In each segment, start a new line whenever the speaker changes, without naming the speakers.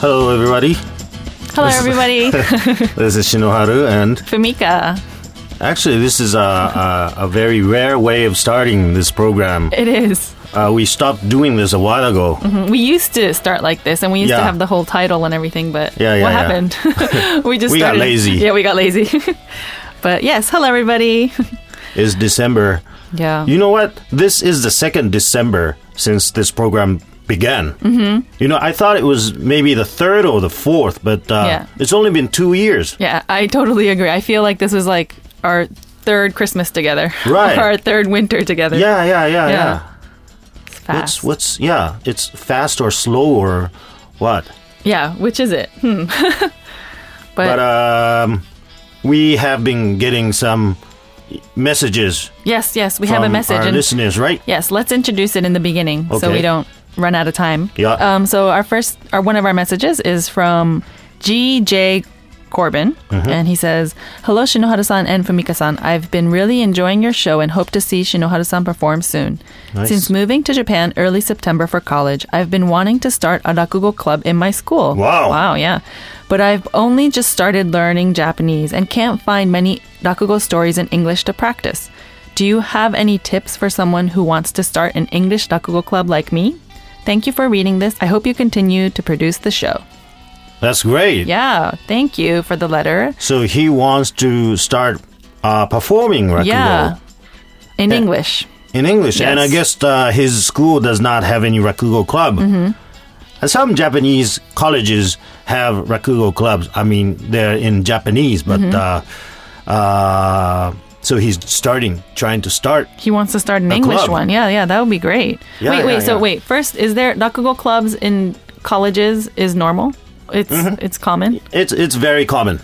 Hello, everybody.
Hello, everybody.
This is Shinoharu, and
Fumika.
actually, this is a, a, a very rare way of starting this program.
It is.
Uh, we stopped doing this a while ago.
We used to start like this, and we used to
Yeah.
have the whole title and everything. But
Yeah, yeah,
what
yeah.
happened? we just
We got
started-
lazy.
Yeah, we got lazy. but yes, hello, everybody.
It's December.
yeah.
You know what? This is the second December since this program began. Mm-hmm. You know, I thought it was maybe the third or the fourth, but uh,
Yeah.
it's only been two years.
yeah, I totally agree. I feel like this is like our third Christmas together,
Right.
or our third winter together.
Yeah, yeah, yeah, yeah.
Yeah, It's
What's
fast.
what's yeah? It's fast or slow or what?
yeah, which is it? Hmm. but
But um, we have been getting some messages
yes, yes, we have a
from
message.
our
and-
listeners, right?
Yes, let's introduce it in the beginning so
Okay.
we don't run out of time.
Yeah.
Um, so our first, our one of our messages is from G.J. Corbin,
Uh-huh.
and he says, "Hello, Shinoharu-san and Fumika-san. I've been really enjoying your show and hope to see Shinoharu-san perform soon.
Nice.
Since moving to Japan early September for college, I've been wanting to start a rakugo club in my school.
Wow.
Wow, yeah. But I've only just started learning Japanese and can't find many rakugo stories in English to practice. Do you have any tips for someone who wants to start an English rakugo club like me? Thank you for reading this. I hope you continue to produce the show.
That's great.
Yeah, thank you for the letter.
So he wants to start uh, performing rakugo Eh.
Yeah. In English.
in English, and I
Yes.
guess uh, his school does not have any rakugo club.
Mm-hmm.
Uh, Some Japanese colleges have rakugo clubs. I mean, they're in Japanese, but
Mm-hmm.
uh, uh, so he's starting, trying to start.
He wants to start an
A
English
club.
one. Yeah, yeah, that would be great.
Yeah,
wait, wait,
yeah,
so
yeah.
wait. First, is there rakugo clubs in colleges is normal? It's
Mm-hmm.
it's common.
It's it's very common.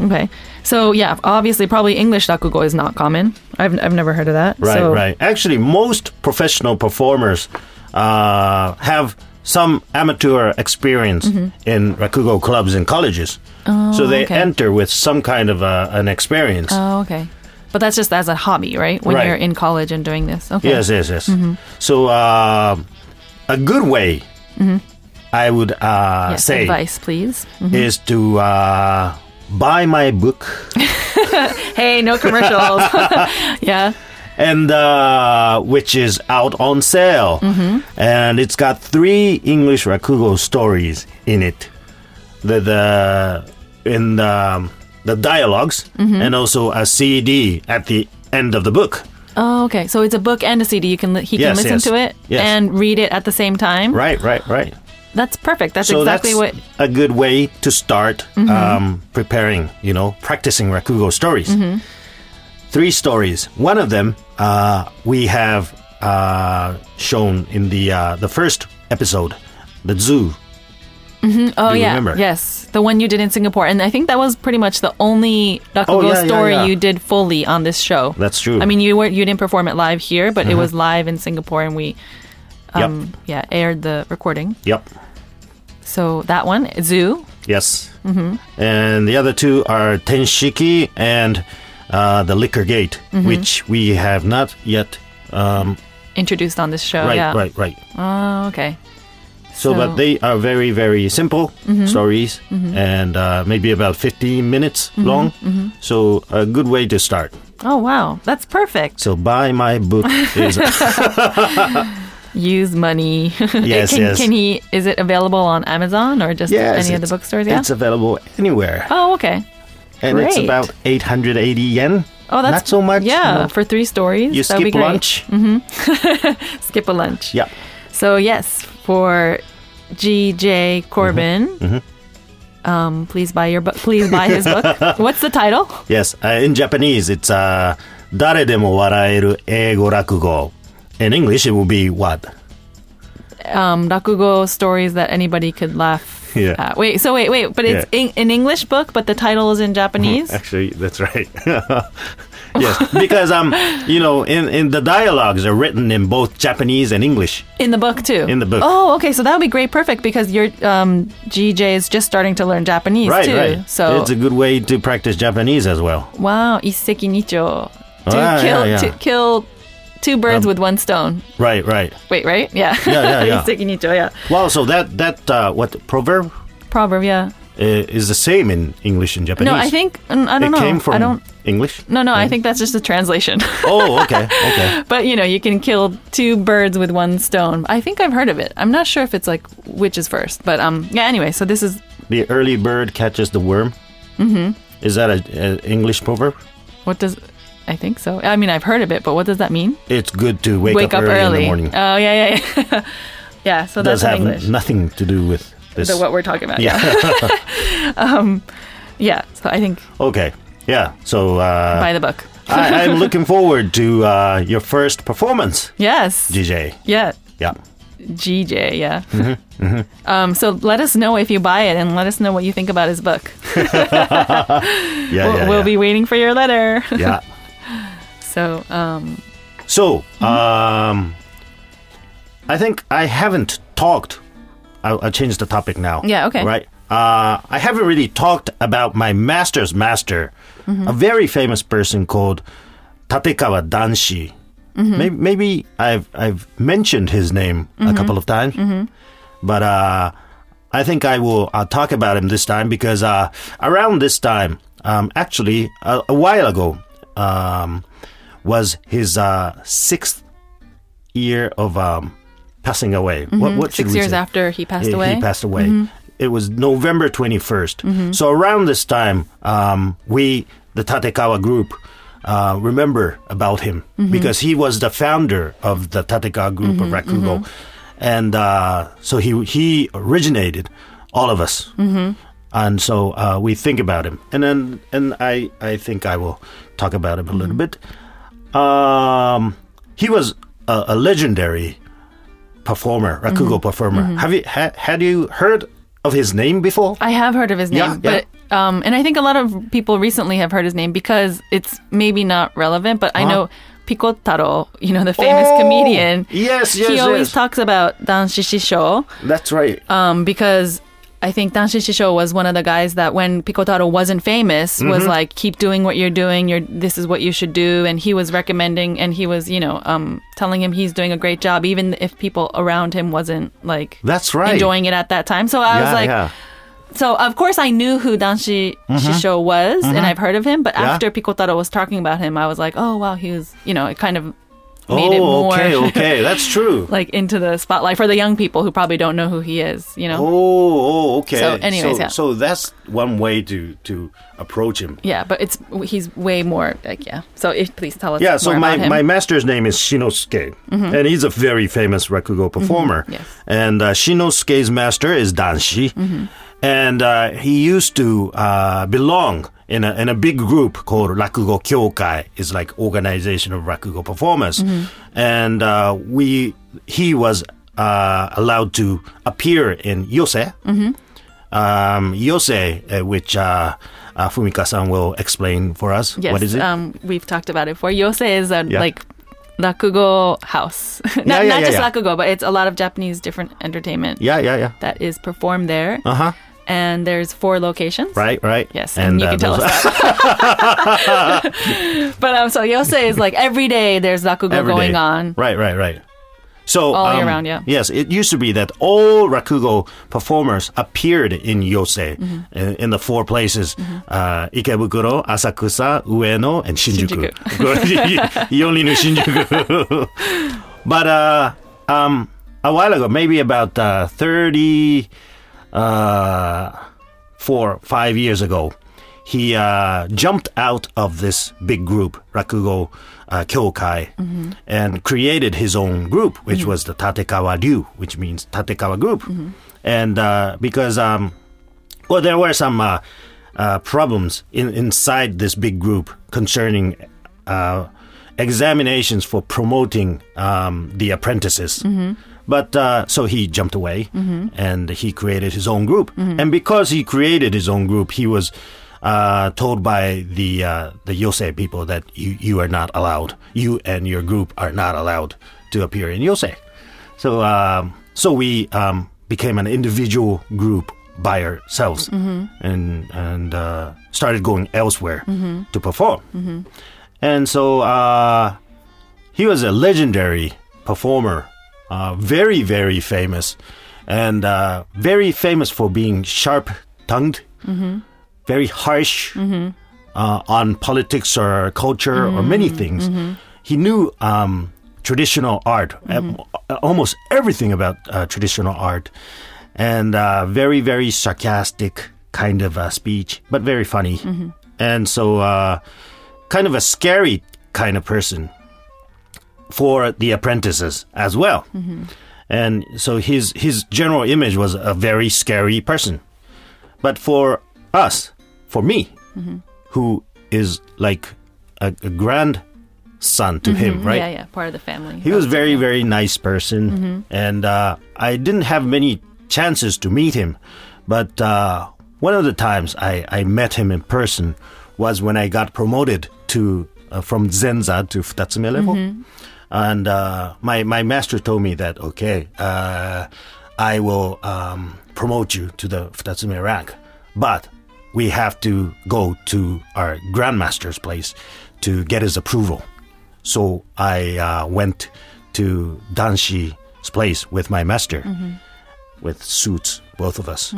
Okay. So yeah, obviously probably English rakugo is not common. I've I've never heard of that.
Right,
so,
right. Actually, most professional performers uh, have some amateur experience in rakugo clubs and colleges. so they
Mm-hmm. Oh, okay.
enter with some kind of uh, an experience.
Oh, okay. But that's just as a hobby, right? When
Right.
you're in college and doing this. Okay. Mm-hmm.
Yes, yes, yes. So uh, a good way,
Mm-hmm.
I would uh,
Yes,
say,
advice, please.
is to uh, buy my book.
Hey, no commercials. yeah.
and uh, which is out on sale. And it's got three English rakugo stories in it. The the in the the dialogues and also a CD at the end of the book.
Oh, okay. So it's a book and a CD. You can li- he
Yes,
can listen
yes.
to it
Yes.
and read it at the same time.
Right, right, right.
That's perfect. That's
So
exactly
that's
what. Mm-hmm.
a good way to start um, preparing. You know, practicing rakugo stories.
Mm-hmm.
Three stories. One of them uh, we have uh, shown in the uh, the first episode, the zoo.
Oh
you
yeah.
remember?
Yes, the one you did in Singapore, and I think that was pretty much the only rakugo
Oh, yeah, yeah,
story
yeah.
you did fully on this show.
That's true.
I mean, you weren't you didn't perform it live here, but it
Uh-huh.
was live in Singapore, and we um, yeah aired the recording.
Yep.
So that one, Zoo.
Yes.
Mm-hmm.
And the other two are Tenshiki and uh, the Liquor Gate,
Mm-hmm.
which we have not yet. Um,
Introduced on this show,
right,
yeah.
right, right.
Oh, okay.
So,
So- Mm-hmm.
but they are very, very simple stories and uh, maybe about 15 minutes
Mm-hmm.
long. So, a good way to start.
Oh wow, that's perfect.
So, buy my book. Is,
Use money.
Yes,
can,
yes.
Can he? Is it available on Amazon or just
yes,
any of the
it's-
bookstores? Yeah.
It's available anywhere.
oh, okay.
and it's
great.
about 880 yen.
Oh,
Not
that's
so much.
Yeah,
you know.
for three stories.
You
that'd be
skip
great. Mm-hmm.
lunch.
Skip a lunch.
Yeah.
So yes, for G.J.
Mm-hmm.
Corbin, Um, please buy your book. Please buy his book. What's the title?
Yes, uh, in Japanese, it's uh, 誰でも笑える英語落語。In English, it will be what?
Um, Rakugo stories that anybody could laugh.
Yeah.
At. Wait. So wait, wait. But it's
Yeah.
in, an English book, but the title is in Japanese.
Actually, that's right. yes, because um, you know, in in the dialogues are written in both Japanese and English.
In the book too.
In the book.
Oh, okay. So that would be great, perfect, because your um, GJ is just starting to learn Japanese
Right,
too.
right.
So
it's a good way to practice Japanese as well.
wow, iseki nicho. To
Ah,
kill,
yeah, yeah.
to kill two birds with one stone.
Right, right.
Wait, right? Yeah.
Yeah, yeah, yeah.
iseki nicho. Yeah.
Well, so that that uh, what proverb?
proverb, yeah.
uh, is the same in English and Japanese.
No, I think mm, I don't
it
know.
came from
I don't.
English.
No, no, I think that's just a translation.
Oh, okay, okay.
but you know, you can kill two birds with one stone. I think I've heard of it. I'm not sure if it's like which is first, but um, yeah. Anyway, so this is
The early bird catches the worm. Mm-hmm. Is that an English proverb?
what does I think so. I mean, I've heard of it, but what does that mean?
It's good to wake,
Wake up, early.
in the morning.
Oh yeah, yeah, yeah. yeah. So
Does
that's in
have
English.
nothing to do with this.
the what we're talking about.
yeah.
yeah. So I think
okay. Yeah. So uh,
by the book.
I, I'm looking forward to uh, your first performance,
Yes.
DJ.
yeah.
Yeah.
GJ, yeah.
Mm-hmm,
Um, so let us know if you buy it and let us know what you think about his book.
Yeah.
we'll
yeah,
we'll
yeah.
be waiting for your letter.
Yeah.
so, um,
So,
Mm-hmm.
um, I think I haven't talked. I'll, I'll change the topic now.
Yeah, okay.
Right. Uh, I haven't really talked about my master's master,
Mm-hmm.
a very famous person called Tatekawa Danshi.
Mm-hmm.
Maybe, maybe I've I've mentioned his name a couple of times,
Mm-hmm.
but uh, I think I will uh, talk about him this time because uh, around this time, um, actually a, a while ago, um, was his uh, sixth year of um, passing away. What, what should
Mm-hmm. six
we
years
say?
after he passed
he,
away.
He
Mm-hmm.
passed away. It was November 21st. So around this time, um, we, the Tatekawa group, uh, remember about him
Mm-hmm.
because he was the founder of the Tatekawa group of Rakugo.
Mm-hmm.
And uh, so he, he originated all of us.
Mm-hmm.
And so uh, we think about him. And then and I, I think I will talk about him a
Mm-hmm.
little bit. Um, he was a, a legendary performer, rakugo
Mm-hmm.
performer. Have you ha, had you heard of his name before?
I have heard of his name,
Yeah, yeah.
but um, and I think a lot of people recently have heard his name because it's maybe not relevant, but I know Picotaro, you know, the famous
Uh-huh. Oh!
comedian.
Yes, yes,
he always
yes.
talks about Danshi Shisho.
That's right.
um, because I think Danshin Shisho was one of the guys that when Picotaro wasn't famous
Mm-hmm.
was like, keep doing what you're doing. You're, this is what you should do. And he was recommending and he was, you know, um, telling him he's doing a great job, even if people around him wasn't like
That's right.
enjoying it at that time. So I was
Yeah,
like,
yeah.
so of course I knew who Danshi Shisho was and I've heard of him. But
Mm-hmm. Yeah.
after Picotaro was talking about him, I was like, oh, wow, he was, you know, it kind of made it
oh,
more
okay, okay. That's true.
like into the spotlight for the young people who probably don't know who he is, you know?
Oh, oh, okay.
So anyways,
so,
yeah.
so that's one way to to approach him.
Yeah, but it's he's way more like yeah. So if please tell us.
Yeah, so my,
more about him. Mm-hmm.
my master's name is Shinosuke, and he's a very famous Rakugo performer.
yes.
And uh, Shinosuke's master is Danshi,
Mm-hmm.
and uh, he used to uh, belong in a, in a big group called Rakugo Kyokai, is like organization of Rakugo performers.
Mm-hmm.
And uh, we he was uh, allowed to appear in Yose.
Mm-hmm.
Um, Yose, uh, which uh, uh, Fumika-san will explain for us.
yes,
what is it?
Um, we've talked about it before. Yosei is a
Yeah.
like rakugo house. not
Yeah, yeah,
not
yeah,
just
yeah.
rakugo, but it's a lot of Japanese different entertainment
yeah, yeah, yeah.
that is performed there.
Uh-huh.
And there's four locations.
Right, right.
Yes, and, you
uh,
can tell
those-
us that. but um, so Yosei is like every day there's rakugo
every
going
day.
on.
Right, right, right. So
All year
um,
round, yeah.
Yes, it used to be that all rakugo performers appeared in Yosei
Mm-hmm.
uh, in the four places: uh, Ikebukuro, Asakusa, Ueno, and Shinjuku. you only knew Shinjuku. but uh, um, a while ago, maybe about uh, thirty uh, four, five years ago, he uh, jumped out of this big group, Rakugo uh, Kyokai, and created his own group, which was the Tatekawa Ryu, which means Tatekawa Group. And uh, because, um, well, there were some uh, uh, problems in, inside this big group concerning uh, examinations for promoting um, the apprentices. But uh, so he jumped away and he created his own group. And because he created his own group, he was uh, told by the uh, the Yosei people that you, you are not allowed. You and your group are not allowed to appear in Yosei. So um, so we um, became an individual group by ourselves and and uh, started going elsewhere to perform. And so uh, he was a legendary performer, uh, very, very famous. and uh, very famous for being sharp tongued, very harsh uh, on politics or culture or many things. He knew um, traditional art, uh, almost everything about uh, traditional art, and uh, very, very sarcastic kind of uh, speech, but very funny. And so, uh, kind of a scary kind of person for the apprentices as well. And so his his general image was a very scary person. But for us, for me, who is like a, a grandson to him, right?
Mm-hmm. Yeah, yeah, part of the family.
He was very, very nice person, and uh, I didn't have many chances to meet him. But uh, one of the times I, I met him in person was when I got promoted to uh, from Zenza to Futatsume level, and uh, my my master told me that okay, uh, I will um, promote you to the Futatsume rank, but we have to go to our grandmaster's place to get his approval. So I uh, went to Danshi's place with my master, with suits, both of us.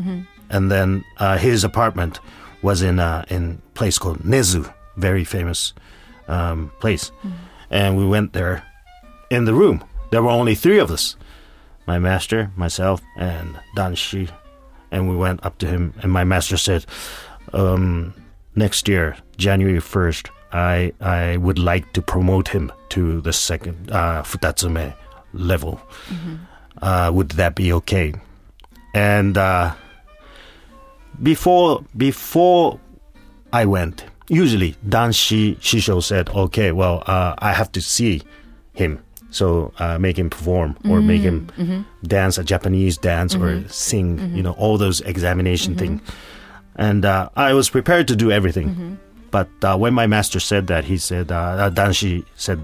And then uh, his apartment was in uh, in place called Nezu, very famous um, place. And we went there. In the room, there were only three of us: my master, myself, and Danshi. And we went up to him, and my master said, um, next year, January 1st, I, I would like to promote him to the second uh, Futatsume level. Uh, would that be okay? And uh, before before I went, usually Danshi Shisho said, okay, well, uh, I have to see him. So uh, make him perform or make
Mm.
him
Mm-hmm.
dance a Japanese dance or sing, you know, all those examination
Mm-hmm.
thing. And uh, I was prepared to do everything. But uh, when my master said that, he said, uh, uh, Danshi said,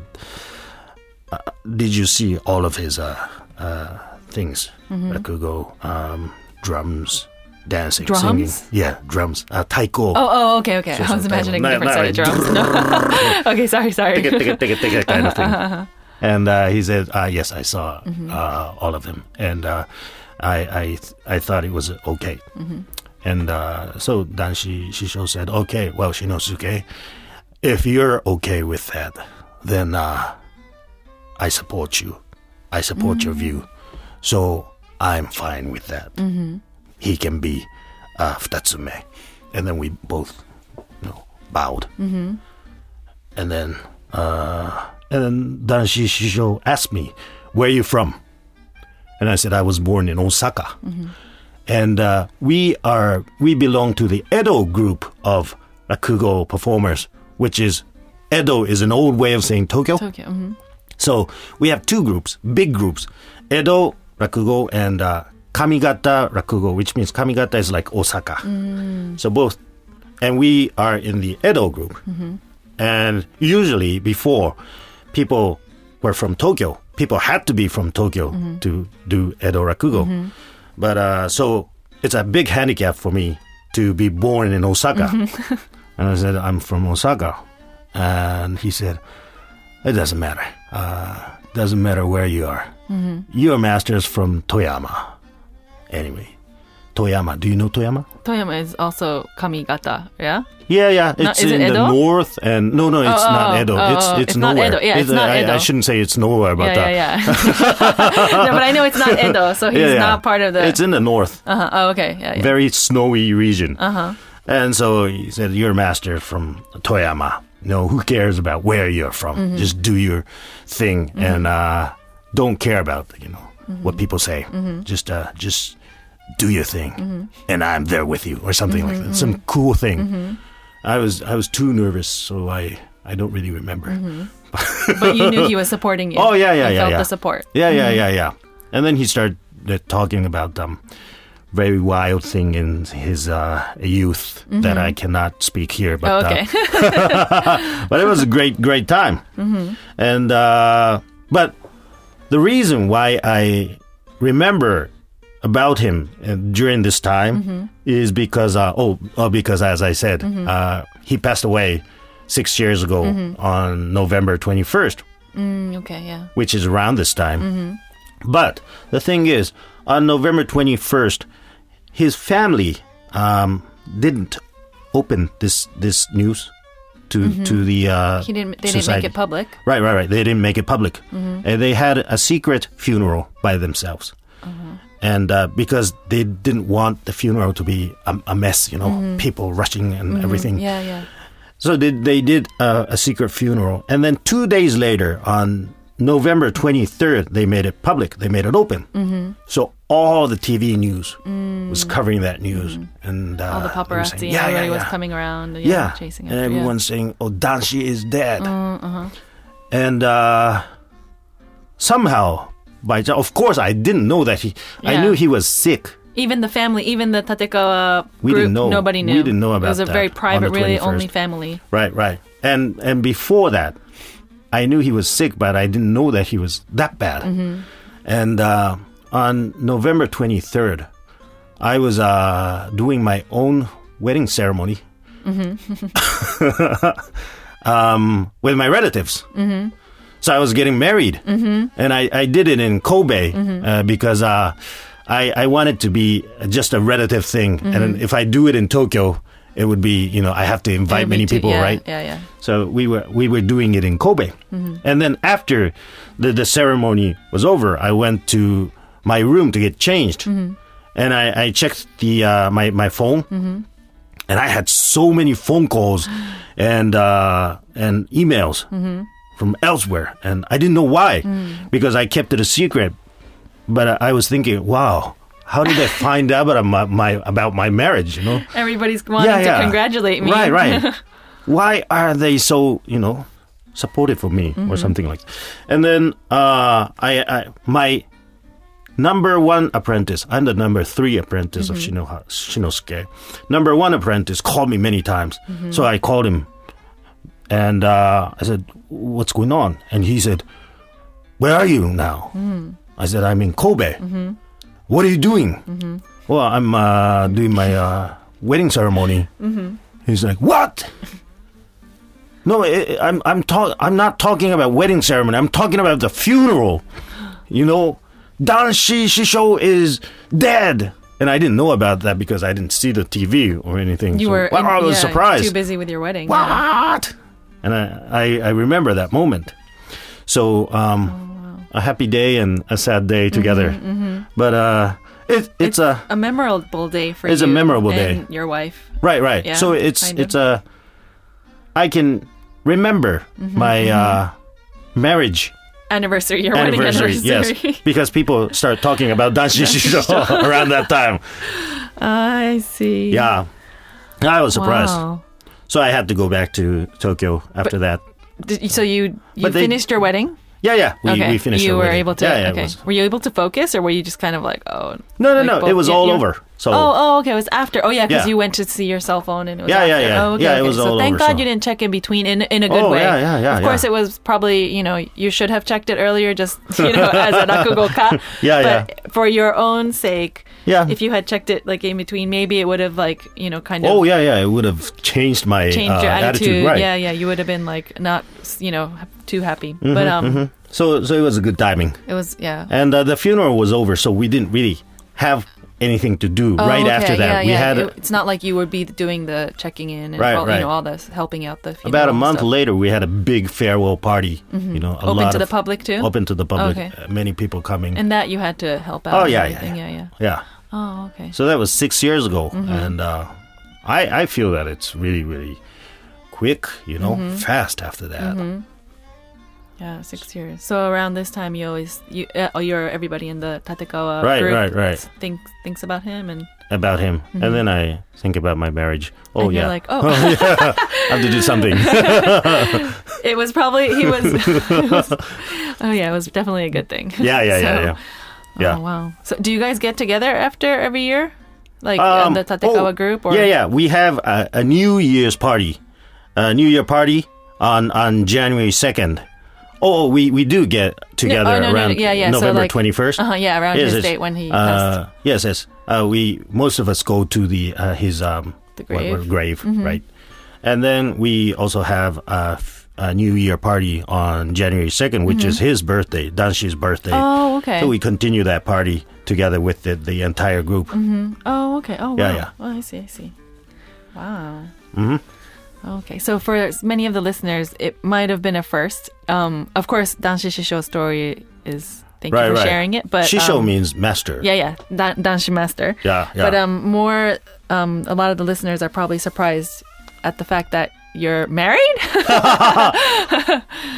uh, did you see all of his uh, uh, things?
Mm-hmm.
Rakugo, um, drums, dancing, singing.
Drums?
Yeah, drums. Uh, taiko.
Oh, oh, okay, okay. I was
so-
imagining a
no,
different
no,
set of drums. No. okay, sorry, sorry.
ticket, ticket, ticket, ticket kind of thing. And uh, he said, uh, "Yes, I saw uh, all of them, and uh, I, I, th- I thought it was okay." And uh, so Danshi Shisho said, "Okay, well, Shinosuke, if you're okay with that, then uh, I support you. I support your view. So I'm fine with that. He can be uh, Futatsume." And then we both, you know, bowed and then uh, and then Danshi Shisho asked me, "Where are you from?" And I said, "I was born in Osaka." And uh, we are we belong to the Edo group of rakugo performers, which is Edo is an old way of saying Tokyo.
Tokyo. hmm
So we have two groups, big groups, Edo Rakugo and uh, Kamigata Rakugo, which means Kamigata is like Osaka. So both, and we are in the Edo group. And usually before, people were from Tokyo. People had to be from Tokyo to do Edo Rakugo. But uh, so it's a big handicap for me to be born in Osaka. and I said, I'm from Osaka. And he said, it doesn't matter. Uh, doesn't matter where you are.
Mm-hmm.
Your master is from Toyama. Anyway, Toyama. Do you know Toyama?
Toyama is also Kamigata, yeah?
Yeah, yeah.
No,
It's
is it
in
Edo?
the north, and no, no, it's
Oh,
not
oh,
Edo.
oh,
it's
oh,
it's
it's not
nowhere.
Edo. Yeah, it's not
I, I
Edo.
shouldn't say it's nowhere uh, about
yeah,
that.
yeah, yeah. no, but I know it's not Edo, so he's
Yeah, yeah.
not part of the.
It's in the north,
uh-huh. Oh, okay. Yeah, Uh-huh. yeah.
very snowy region. Uh huh. And so he said, "Your master from Toyama. No, who cares about where you're from?
Mm-hmm.
Just do your thing and uh, don't care about you know
Mm-hmm.
what people say. Just uh, just do your thing,
Mm-hmm.
and I'm there with you, or something like that. Some cool thing.
Mm-hmm.
I was I was too nervous, so I I don't really remember.
Mm-hmm. but you knew he was supporting you.
Oh, yeah, yeah,
you
yeah,
Felt
yeah.
the support.
Yeah, yeah, yeah, yeah. And then he started uh, talking about um, very wild thing in his uh, youth that I cannot speak here. But
Mm-hmm. oh, okay.
uh, but it was a great, great time. And uh, but the reason why I remember about him uh, during this time is because uh, oh, oh, because as I said, uh, he passed away six years ago on November twenty first
Mm, okay, yeah.
which is around this time. But the thing is, on November 21st, his family um, didn't open this this news to to the uh,
He didn't. They didn't
society.
make it public.
Right, right, right. They didn't make it public.
Mm-hmm.
And they had a secret funeral by themselves.
Mm-hmm.
And uh, because they didn't want the funeral to be a, a mess, you know, people rushing and everything.
Mm-hmm. Yeah, yeah.
So they, they did a, a secret funeral. And then two days later, on November 23rd, they made it public. They made it open. Mm-hmm. So all the TV news was covering that news. And uh,
Mm. Mm-hmm. All
they
the
were
paparazzi.
saying,
and
yeah,
everybody
yeah,
was
yeah.
coming around. Yeah,
Yeah.
chasing
and
after, yeah. Mm, uh-huh.
everyone's saying, oh, Danshi is dead. And uh, somehow, by ch- of course, I didn't know that he, I
Yeah.
knew he was sick.
Even the family, even the Tatekawa group,
We didn't know.
nobody
We
knew.
didn't know
It was
about
a very
that on
private,
the
really only
21st.
family.
Right, right. And, and before that, I knew he was sick, but I didn't know that he was that bad.
Mm-hmm.
And uh, on November 23rd, I was uh, doing my own wedding ceremony
Mm-hmm.
um, with my relatives.
Mm-hmm.
So I was getting married, and I, I did it in Kobe uh,
Mm-hmm.
because uh, I I wanted to be just a relative thing,
Mm-hmm.
and if I do it in Tokyo, it would be you know I have to invite
Everybody
many
too-
people,
yeah,
right?
Yeah, yeah.
So we were we were doing it in Kobe, and then after the the ceremony was over, I went to my room to get changed, and I, I checked the uh, my my phone, and I had so many phone calls and uh, and emails from elsewhere, and I didn't know why because I kept it a secret, but I, I was thinking, wow. How did they find out about my, my about my marriage? You know,
Everybody's wanting to congratulate me.
Right, right. Why are they so, you know, supportive of me
Mm-hmm.
or something like And then uh, I, I, my number one apprentice, I'm the number three apprentice
Mm-hmm.
of Shinoha, Shinosuke. Number one apprentice called me many times.
Mm-hmm.
So I called him and uh, I said, What's going on? And he said, Where are you now?
Mm-hmm.
I said, I'm in Kobe. What are you doing? Well, I'm uh, doing my uh, wedding ceremony. He's like, "What? No, I- I, I'm I'm talk I'm not talking about wedding ceremony. I'm talking about the funeral. You know, Dan Shi Shisho is dead." And I didn't know about that because I didn't see the TV or anything.
You
so,
were
wow,
in-
I was
yeah,
surprised.
Too busy with your wedding. yeah.
What? And I, I, I remember that moment. So
Oh,
um, a happy day and a sad day
Mm-hmm,
together. But uh, it, it's a
a memorable day for
It's a
you
memorable day.
and your wife.
Right, right.
Yeah,
so it's
kind of. Mm-hmm,
it's a I can remember my uh marriage
Anniversary, your
anniversary,
wedding anniversary.
yes, because people start talking about Danshi Shisho around that time.
I see.
Yeah. I was surprised.
Wow.
So I had to go back to Tokyo after that.
Did, you- so you you
But they-
finished your wedding?
Yeah, yeah. We,
okay.
we finished
You
our
were
wedding.
able to.
Yeah, yeah, it
okay.
was-
Were you able to focus, or were you just kind of like, oh?
No, no,
like
no.
both-
it was
yeah,
all
you-
over. So
Oh, oh, okay. It was after. Oh, yeah, because
Yeah.
you went to see your cell phone and it was
Yeah,
after.
yeah, yeah.
Oh, okay,
Yeah, it
okay.
was
so
all
thank
over,
God
so-
you didn't check in between in in a good
Oh,
way.
yeah, yeah, yeah,
Of course,
yeah.
it was probably you know you should have checked it earlier, just you know as a nakugo ka.
Yeah,
but for your own sake,
Yeah.
If you had checked it like in between, maybe it would have like you know kind of
Oh yeah, yeah. It would have changed my
changed
uh,
your attitude.
right?
Yeah, yeah. You would have been like not you know ha- too happy,
Mm-hmm,
but um,
So, so it was a good timing.
it was yeah.
And uh, the funeral was over, so we didn't really have anything to do
Oh,
right
okay,
after that.
yeah,
we
yeah.
had
It- it's not like you would be doing the checking in and
Right,
all,
right.
you know all this helping out the
about
funeral
a
and
month
stuff. Mm-hmm.
later we had a big farewell party. You know, a
open
lot
to the
of
public too.
open to the public.
Okay.
uh, many people coming.
and that you had to help out.
oh
and
yeah, yeah,
everything.
yeah,
yeah,
Yeah.
Oh, okay.
So that was six years ago,
Mm-hmm.
and uh, I I feel that it's really really quick. You know,
Mm-hmm.
fast after that.
Yeah, six years. So around this time, you always you uh, oh, you're everybody in the Tatekawa
Right,
group
right, right.
Think thinks about him and,
About him, and then I think about my marriage. Oh
Mm-hmm. and
yeah,
you're like, oh,
I have to do something.
it was probably he was, it was- Oh yeah, it was definitely a good thing.
yeah, yeah,
So-
yeah, yeah. Yeah.
Oh wow. So do you guys get together after every year, like uh,
Um,
the Tatekawa
oh,
group? Or
Yeah, yeah. We have a, a New Year's party, a New Year party on on January second. Oh, we we do get together
no, no, no,
around
yeah, yeah, so
November
like-
twenty first.
Uh-huh, yeah, around
Yes,
his
yes.
date when he passed.
Uh, yes, yes. Uh, we most of us go to the uh, his um
The
what- what-
grave. Mm-hmm.
grave, right? And then we also have a, f- a New Year party
Mm-hmm.
on January second, which is his birthday, Danshi's birthday.
Oh, okay.
So we continue that party together with the, the entire group.
Oh, okay. Oh, wow.
Yeah, yeah.
Oh, I see. I see. Wow. Mm-hmm. Okay. So for as many of the listeners, it might have been a first. Um, of course, Danshi Shisho's story is. Thank
Right,
you for
right.
sharing it. But
Shisho
um,
means master.
Yeah, yeah. Dan- Danshi master.
Yeah, yeah.
But um, more, um, a lot of the listeners are probably surprised at the fact that you're married.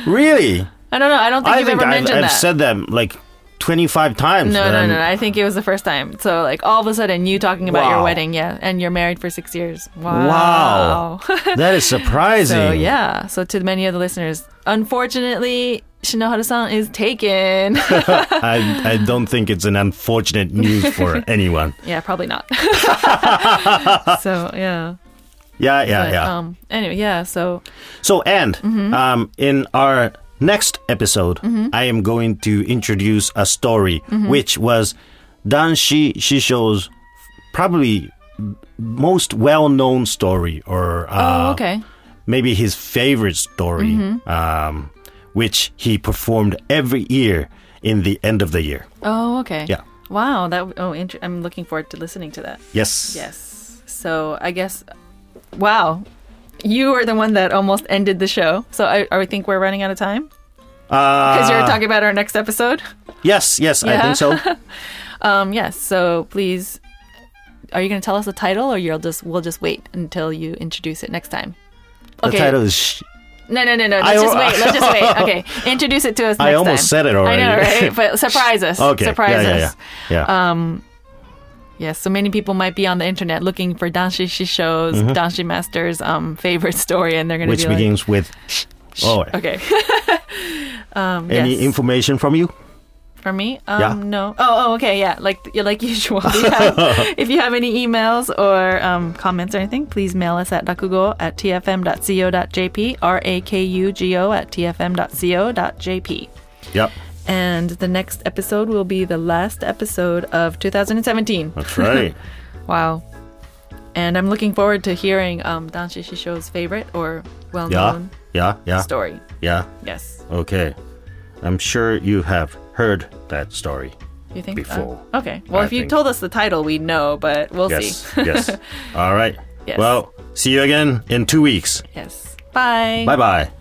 really?
I don't know. I don't think
I
you've
think
ever
I've,
mentioned
I've
that.
said that like 25 times.
no,
that
no,
I'm-
no, no. I think it was the first time. So, like, all of a sudden, you talking about your
Wow.
wedding, yeah, and you're married for six years.
Wow.
Wow.
That is surprising.
so, yeah. So, to many of the listeners, unfortunately, Shinohara san is taken.
I, I don't think it's an unfortunate news for anyone.
yeah, probably not. so, yeah.
Yeah, yeah,
But,
yeah.
Um, anyway, yeah. So,
So, and
Mm-hmm.
um, in our next episode, I am going to introduce a story
Mm-hmm.
which was Danshi Shisho's probably most well known story, or uh,
oh, Mm-hmm. okay.
maybe his favorite story, um, which he performed every year in the end of the year.
Oh, okay.
Yeah.
Wow. That. Oh, inter- I'm looking forward to listening to that.
Yes.
Yes. So I guess, wow, you are the one that almost ended the show. So I, I think we're running out of time because you're talking about our next episode.
Uh, Yes, yes, I
Yeah.
think so.
Um. Yes. So please, are you going to tell us the title, or you'll just we'll just wait until you introduce it next time?
The title is Sh-
No, no, no, no. Let's
I-
just wait. Let's just wait. Okay, introduce it to us. Next
I almost
time.
said it already.
I know, right? But surprise us.
Okay.
Surprise
yeah, yeah,
us.
yeah. Yeah.
Um, yes, so many people might be on the internet looking for Danshi Shisho's, Danshi Master's um, favorite story, and they're going to
Mm-hmm. Which
be
begins
like,
with Oh,
okay. um,
any
yes.
information from you?
for me? Um,
Yeah.
No. Oh, oh, okay, yeah. Like yeah, like usual. If you, have, if you have any emails or um, comments or anything, please mail us at rakugo at tfm.co.jp, R-A-K-U-G-O at tfm.co.jp.
Yep.
And the next episode will be the last episode of 2017.
That's right.
Wow. And I'm looking forward to hearing um, Danshi Shisho's favorite or well
yeah.
known
Yeah. Yeah.
story.
Yeah.
Yes.
Okay. I'm sure you have heard that story.
You think?
Before.
Uh, okay. Well,
I
if you
think.
told us the title, we'd know, but we'll
Yes.
see.
yes. All right.
Yes.
Well, see you again in 2 weeks.
yes. Bye.
Bye-bye.